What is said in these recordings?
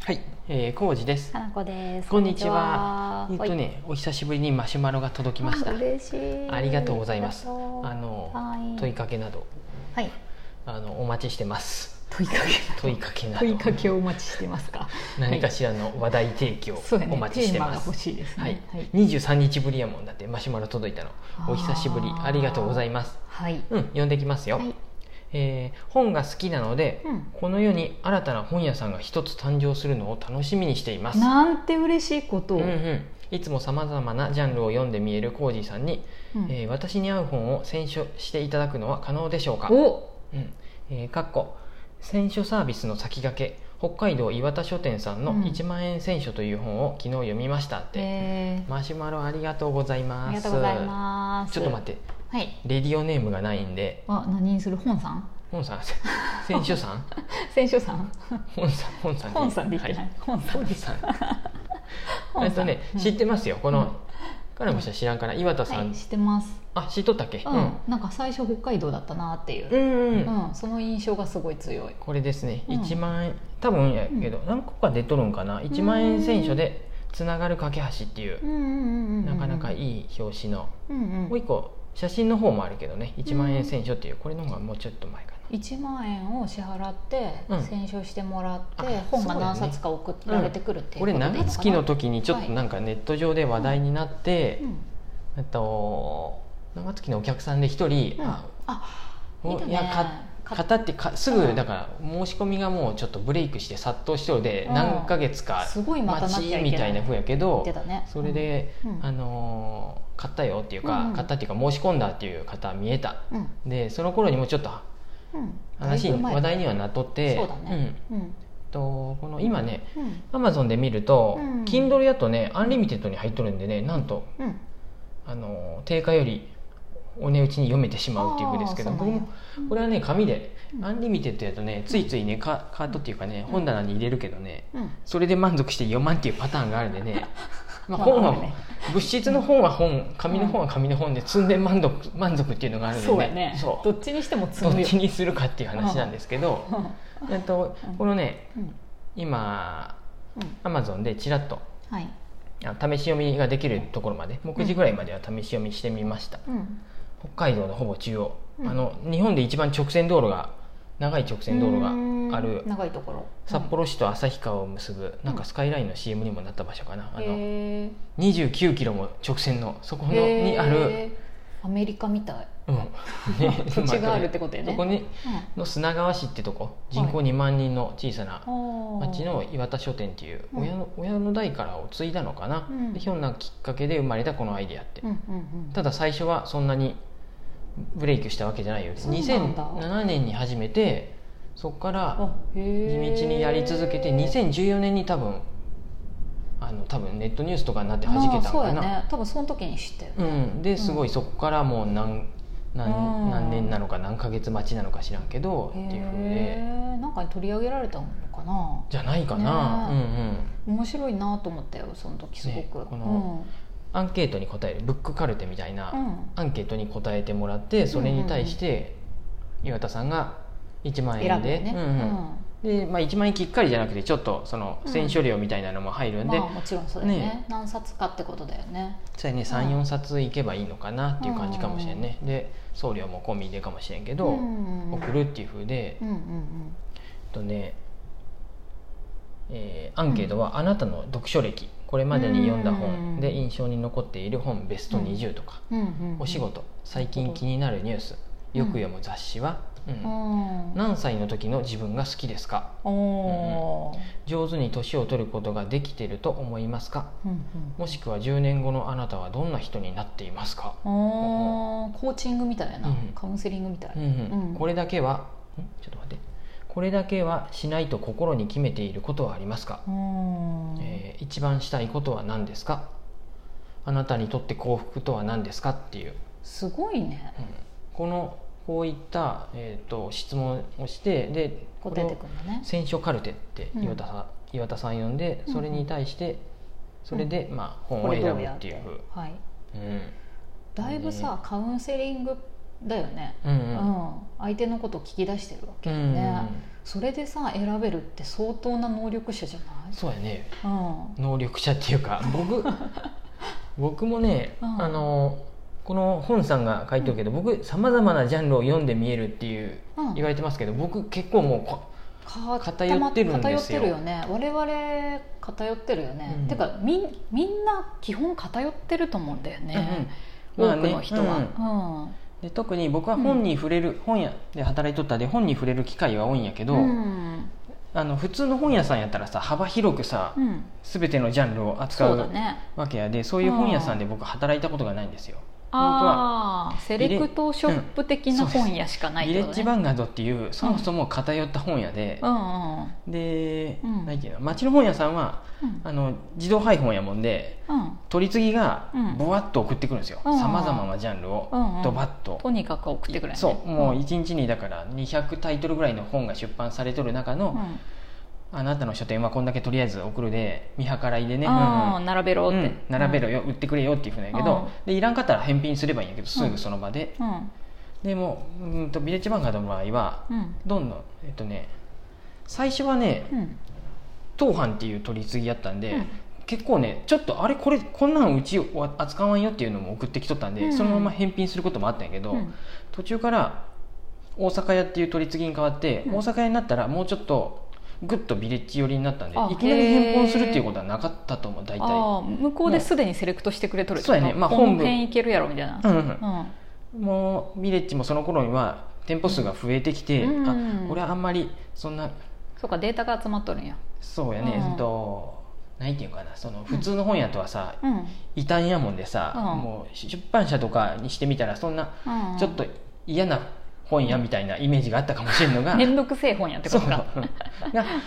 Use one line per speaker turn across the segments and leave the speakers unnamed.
はい、えー、こうじです
か。なこです。
こんにちは。えっと
はい
ね、お久しぶりにマシュマロが届きました
あ。嬉しい。
ありがとうございます。あ
ありがとう
の
はい
問いかけなど、
はい。
あのお待ちしてます。
問いかけ。
問いかけなど、
問いかけをお待ちしてますか。
何かしらの話題提供
そうやね。
お待ちして
テーマ
ま
が
す
欲。しいです
はい
ね。はい。、
二十三日ぶりやもんだってマシュマロ届いたの。お久しぶり
あ、ー
ありがとうございます。
はい。
うん、読んできますよ。
はい
えー本が好きなので、
うん
この世に新たな本屋さんが一つ誕生するのを楽しみにしています。
なんて嬉しいことを。
うんうん、いつもさまざまなジャンルを読んでみえるコージーさんに、
うん
えー私に合う本を選書していただくのは可能でしょうか、
お。
うんえーかっこ選書サービスの先駆け北海道岩田書店さんの
うん
1万円選書という本を昨日読みましたって、
え
マシュマロありがとうござい
ー。あ
ま
りが
す
とうございます。
ちょっと待って
て。はい。
レディオネームがないんで
あ、何にする本さん。
本 さん選書さん
選書さん。
本さん本さん
本さんでいいって
は
ないい。本さんでいい。
さんえ
本さ
っ
ん
とね、
うん
知ってますよこ
うん
の、彼も人は知らんから岩田さ
は
ん
い、知ってます。
あ知っとったっけ、
うん、なんか最初北海道だったなっていう
う。ん、うん
うん、その印象がすごい強い。
これですね、
うん
1万円多分やけど、何個か出とるんかな1万円選書で「つながる架け橋」っていう、な
な
かなか
い。
いい表紙の、
うんう
もうん一個写真の方もあるけどね1万円選書っていうこれの方がもうちょっと前かな
1万円を支払って
うん
選書してもらって、
あ
本が
そうだよ
何
ね
冊か送られてくるっていう
これ長月の時にちょっとなんかネット上で話題になって、
うん
えっと長月のお客さんで一人、
うん
あ
あ
お
見たね
いやか
か
型ってかすぐだから申し込みがもうちょっとブレイクして殺到してるで、
うん
何ヶ月か
すごい待たな
待
きゃ
ち
い
み
け
た
ないい
な
っ
風やけ
言
ど
ってたね
それで、
うんうん
あのー買ったよっていうか、
うんうん
買ったっていうか申し込んだっていう方見えた
うん
でその頃にもちょっと
うん
話に話題には
な
なっとって
そうだねうん
うんとこの今ね
うん
アマゾンで見ると、
うん
Kindle やとねアンリミテッドに入っとるんでねなんと、
うん
あのー定価よりお値打ちに読めてしまうっていうふうですけど
あー
こ
そう
れ
なんや
もこれはね紙で、
うん
アンリミテッドやとねついついねカカートっていうかね、本棚に入れるけどね
うん
それで満足して読まんっていうパターンがあるんでねまあ
まあ
本は、
あるね
物質の本は本紙の本は紙の本で積んで満足満足っていうのがあるんでね
そうやね
そう
どっちにしても積
ど
む
っ
よ
ちにするかっていう話なんですけど、えっと
うん
このね
うんうん
今
うん
アマゾンでちらっと
はい
あ試し読みができるところまで目次ぐらいまでは試し読みしてみました、
うん
北海道のほぼ中央、
うん
あの日本で一番直線道路が長い直線道路がある
うん長いところ
札幌市と旭川を結ぶなんかスカイラインの CM にもなった場所かな、
うん
あの
へー
29キロも直線のそこの
へー
にある、
アメリカみたい
うんね
土地があるってことやね
そこにの砂川市ってとこ人口2万人の小さな町
町
の岩田書店っていう
うん
親の,、親の代からを継いだのかな、
うん
でひょんなきっかけで生まれたこのアイデアって、
うんうんうん
ただ最初はそんなにブレイクしたわけじゃないようです
そうなんだ
2007年に始めてそこから
あへ
地
ー
道にやり続けて2014年に多分あの多分ネットニュースとかになって弾けたのか
まあ、そうや
な、
ね多分その時に知ったよ、
うん、ですごいそこからもう何
う
何
ん
何年なのか何ヶ月待ちなのか知らんけどっていうふうで
へえなんか取り上げられたのかな
じゃないかな、
ね
うんうん
面白いなと思ったよその時すごく、
ねこのアンケートに答えるブックカルテみたいな、
うん、うん
アンケートに答えてもらってそれに対して岩田さんが1万
選
円
ぶ
で,
よ
う
ね、
んうん、でまあ、1万円きっかりじゃなくてちょっとその選書料みたいなのも入るん
ま
で、
あもちろんそうだよね
ね
何冊かってことだよね
そうやね34冊いけばいいのかなっていう感じかもしれんね、で送料も込みでかもしれんけど、
うんうんうん
送るっていうふうで、
うんうんうん
えっとねえーアンケートは「あなたの読書歴これまでに読んだ
う
本
ん
で印象に残っている本ベスト20」とか
うんうんう
「
ん
お仕事最近気になるニュースよく読む雑誌は?うん」
うん
何歳の時の自分が好きですか
おー
上手に年を取ることができてると思いますか
うん
もしくは10年後のあなたはどんな人になっていますか、
うんあーコーチングみたいな、
うん
カウンセリングみたい、
うんうん
うん
これだけはんちょっと待ってこれだけはしないと心に決めていることはありますか、
うん
えー一番したいことは何ですかあなたにとって幸福とは何ですかっていう、
すごいね
うんこのこういった、えー、と質問をしてでこ
答
れ
え
を
てくるんだね
選書カルテって岩田さん、岩田さん呼んで
うん
それに対してそれでまあ本
こ
を
れ
選
どう
ぶ
や
っ
って
い
て
う、
はい、
うん
だいぶさ、カウンセリングだよね、
うんう
うん
ん
相手のことを聞き出してるわ
う
けよ
ん
ね、それでさ選べるって相当な能力者じゃない
そうやね
うん
能力者っていうか 僕僕もね、
うん
あのこの本さんが書いてるけど、僕さまざまなジャンルを読んで見えるっていう
うん
言われてますけど僕結構もうこ
か
偏ってるんですよ
偏ってるよね我々偏ってるよね、
うん
てかみんみんな基本偏ってると思うんだよね、
うんまあ
多く
ね
の人は、うん
で特に僕は本に触れる、本屋で働いとったで本に触れる機会は多いんやけど、
うん
あの普通の本屋さんやったらさ幅広くさ、
うん
全てのジャンルを扱
そうだ
う
ね
わけやでそういう本屋さんで僕働いたことがないんですよ。
ああセレクトショップ的な本屋しかない
ビ
け
レ
ど
ッ
ね
ジヴァンガードっていうそもそも偏った本屋で
う、んうん
で、
うん
なんていうの町の本屋さんは
うん
あの自動配本やもんで
うん
取り次ぎが
うん
ボワッと送ってくるんですよ
うん
さまざまなジャンルを
うんうん
ドバッと。
とにかく送ってくれ、ね、
そうもう1日にだから200タイトルぐらいの本が出版されとる中の、
うん
あなたの書店はこんだけとりあえず送るで見計らいでね、
ああ
うん
並べろ
う
って、
ん並べろよ、売ってくれよっていうふうなんやけど、でいらんかったら返品すればいいんやけどすぐその場で、
うんうん
でもううんとビレッジヴァンガードの場合は
うん
どんどんえっとね最初はね
うん
当班っていう取り次ぎやったんで、
うん
結構ねちょっとあれこれこんなんうちは扱わんよっていうのも送ってきとったんで、
うん
そのまま返品することもあったんやけど、
うん
途中から大阪屋っていう取り次ぎに変わって、
うん
大阪屋になったらもうちょっとグッとビレッジ寄りになったんで
あ
いきなり返本するっていうことはなかったと思う大体、
ああ向こうですでにセレクトしてくれとるって
そうやねまあ
この
本部
辺いけるやろみたいな、
うんうん
うん
うんもうビレッジもその頃には店舗数が増えてきて、
うん
あ俺はあんまりそんな
そうかデータが集まっとるんや
そうやね、
うん
えっと何ていうかなその普通の本屋とはさ、
うん、
異端やもんでさ、
うん
もう出版社とかにしてみたらそんな
うん、
ちょっと嫌な本屋みたいなイメージがあったかもしれんのが、
面倒くせえ本やって こ
そう
とか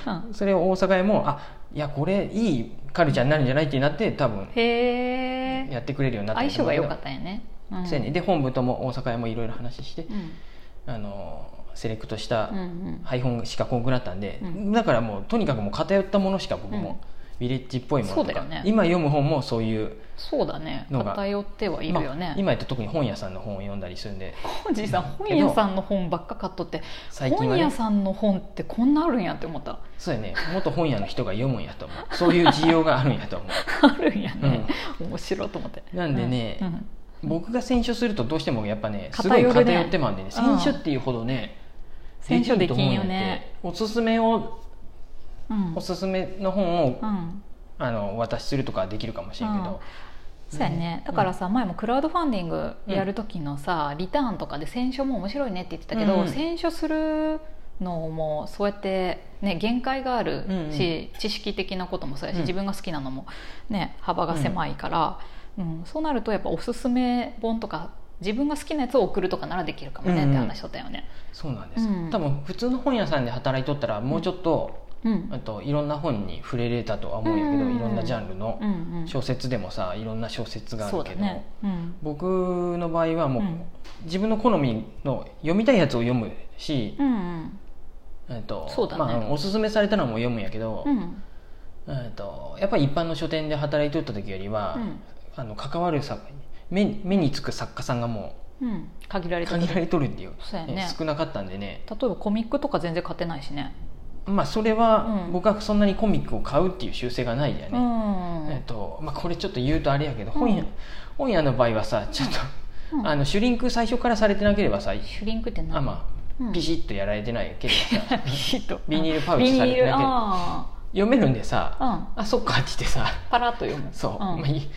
が
うん
それを大阪へもあいやこれいいカルチャーになるんじゃないってなって多分
へえ
やってくれるようになった
相
んだと思うけ
性が
ど
良かったんやね、うん、
そうやねで本部とも大阪へもいろいろ話して
う、ん
あのセレクトした
うんうん
配本しかこんくなったんで、
うん
だからもうとにかくもう偏ったものしか僕
うん
も、ヴィレッジっぽいもの
そう
と
だ
か、
よね
今読む本もそういう
そうだね
のが
偏ってはいるよ
まあ
ね、
今やったら特に本屋さんの本を読んだりするんで
おじいさん本屋さんの本ばっか買っとって、
最近は
本屋
ね
さんの本ってこんなあるんやって思った
そうやね元本屋の人が読むんやと思うそういう需要があるんやと思
あるんやね、面白いと思って
うなんでね、
うんうん
僕が選書するとどうしてもやっぱねすごい
偏るね
偏ってまうんでね
うん
選書っていうほどね
選書できんよ
と思うんやって
ね
おすすめを
うん
おすすめの本を
うん
あのお渡しするとかはできるかもしれんけど、
そうやねだからさ、前もクラウドファンディングやる時のさ、リターンとかで選書も面白いねって言ってたけど、
うんうん
選書するのもそうやって、ね、限界があるし、知識的なこともそうやし、
うん
自分が好きなのも、ね、幅が狭いから、うんそうなるとやっぱおすすめ本とか自分が好きなやつを送るとかならできるかもねって話しとったよね。
そうなんです、
うん
多分普通の本屋さんで働いとったらもうちょっと,、
うん、
あといろんな本に触れれたとは思うんやけど、
うん
いろんなジャンルの
うんうん
小説でもさいろんな小説があ
そう
る
だ
けど、
ね、うん
僕の場合はもう、
うん
自分の好みの読みたいやつを読むし、
うんうん
えっと
そうだね
まあ、おすすめされたのも読むんやけど、
うん
えっとやっぱり一般の書店で働いておった時よりは、
うん
あの関わる作目目につく作家さんがも
うん限ら
う
れて
限
る
られとるっていう
そうやね
ね少なかったんでね、
例えばコミックとか全然買ってないしね
まあ、それは
うん
僕はそんなにコミックを買うっていう習性がないんだよ
う
ね、
ん
えっとまあ、これちょっと言うとあれやけど、
うん
本屋本屋の場合はさちょっと、
うん
あのシュリンク最初からされてなければさ、
シュリンクって何
あま
うん
あ、ピシッとやられてないけどさ
ビシッと
ビニールパウチされて
ビニール
だけで
あ
読めるんでさ
あ う
「
ん
あそっか」って言ってさ
パラッと読む
そう、
ん
まあいい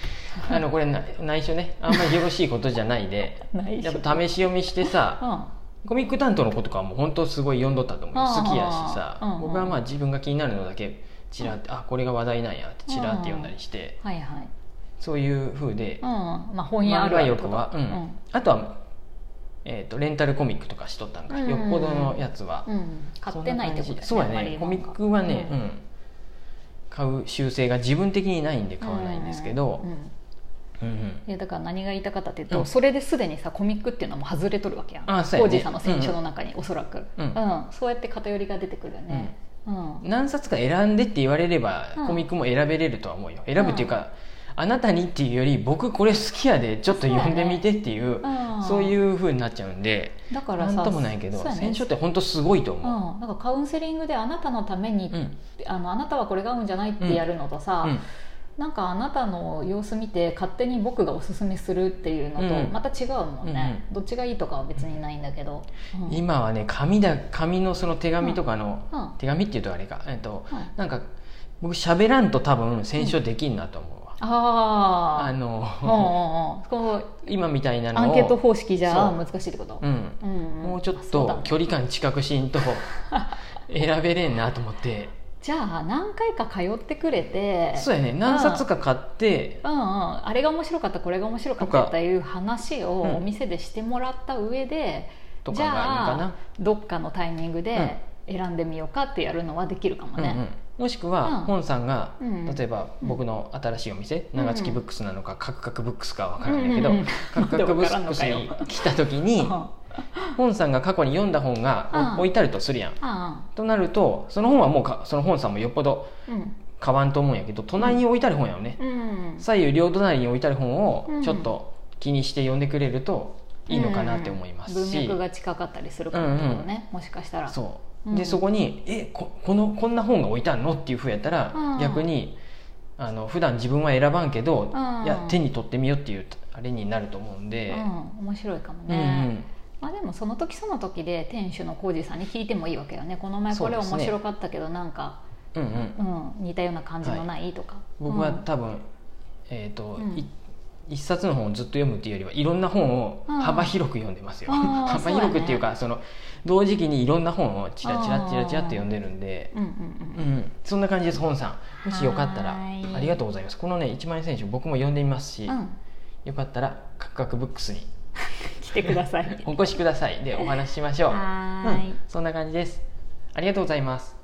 あのこれな内緒ねあんまりよろしいことじゃないで
内
や
緒
っぱ試し読みして
う
さ
ん
コミック担当の子とかはもう本当すごい読んどったと思うよ
ああ
好きやしさ
うんうん
僕はまあ自分が気になるのだけチラってあこれが話題なんやってチラって読んだりして
はいはい
そういうふうで
うんまあ本屋ある
ま
あ
あ
る
よ
ってこ
く
と
は、うんあとは、えー、とレンタルコミックとかしとったんか、
うん
よっぽどのやつは
うんうん買ってないってことだよね
そうや
あんま
ね
り
コミックはね、うん買う習性が自分的にないんで買わないんですけど
うん、う
う
ん
んうん
いやだから何が言いたかったっていうと、
うん
それですでにさコミックっていうのはもう外れとるわけやん
あそうやね
浩二さんの選書の中におそらく、
うん
そうやって偏りが出てくるよね、うん
何冊か選んでって言われれば、
うん
コミックも選べれるとは思うよ選ぶっていうか、あなたにっていうより僕これ好きやでちょっと読んでみてっていう
うん
そういうふうになっちゃうんで
だから
な
さ
んともないけど
そうやね
選書って本当すごいと
うん、
思う。
なんかカウンセリングであなたのために、
うん
あのあなたはこれが合うんじゃないっ
うん
てやるのとさ、
うん
なんかあなたの様子見て勝手に僕がおすすめするっていうの
う
と
ん
また違うもんね、どっちがいいとかは別にないんだけど、うん
今はね紙だ紙のその手紙とかの、
うんうん
手紙っていうとあれか、えっと
はい
なんか僕喋らんと多分選書できんなと思うわ、
あ
あ
あうん
の、
うんうんこ
今みたいな
の
のを
アンケート方式じゃ
そう
難しいってこと
う、ん、
うんん
もうちょっ
あそうだ
と
ね
距離感近くし んと選べれんなと思って
じゃあ何回か通ってくれて
そうやね何冊か買って
うんうん、あれが面白かったこれが面白か
と
っ
か
たっていう話を
うん
お店でしてもらった上で、
とか
じ
があ
ゃ
るか
あ
な
どっかのタイミングで選んでみようかってやるのはできるかも
うんうん
ね。
もしくは
うん
本さんが、
うん
例えば僕の新しいお店、
うん
長月ブックスなのかカクカクブックスかは分からないけど、
うんうんうん
カクカクブックス
なんで
に
わからんのか
来た時に
うんうん
本さんが過去に読んだ本が
うん
置いてあるとするやん。
あ
となるとその本はもうかその本さんもよっぽど
あうん
買わんと思うんやけど隣に置いてある本やよね、
うん
左右両隣に置いてある本を
うん
ちょっと気にして読んでくれるといいのかなって思いますし、
文脈が近かったりするかもってことね、もしかしたら
そう
うん
でそこに「えここのこんな本が置いてあるの?」っていうふうやったら
うん
逆にあの普段自分は選ばんけど
うん
いや手に取ってみようっていうあれになると思うん
う
で
ん、。面白いかも
うんう
ね、
ん
まあ、でもその時その時で店主の浩二さんに聞いてもいいわけよねこの前これ
そうですね
面白かったけどなんか、
うんうん
うん、似たような感じのない、とか
僕
う
は
ん
多分、えっ、と、
うん
い一冊の本をずっと読むっていうよりはいろんな本を
うん
幅広く読んでますよ、
あ ー
幅広くっていうかその同時期にいろんな本をチラチラチラチラって読んでるんで、
うんうんうん
うん、そんな感じです本さんもしよかったら
はーい
ありがとうございますこのね1万円選手僕も読んでみますし、
うん、
よかったらカクカクブックスに
来て ください。
お越しくださいでお話ししましょう、
はーい
うんそんな感じですありがとうございます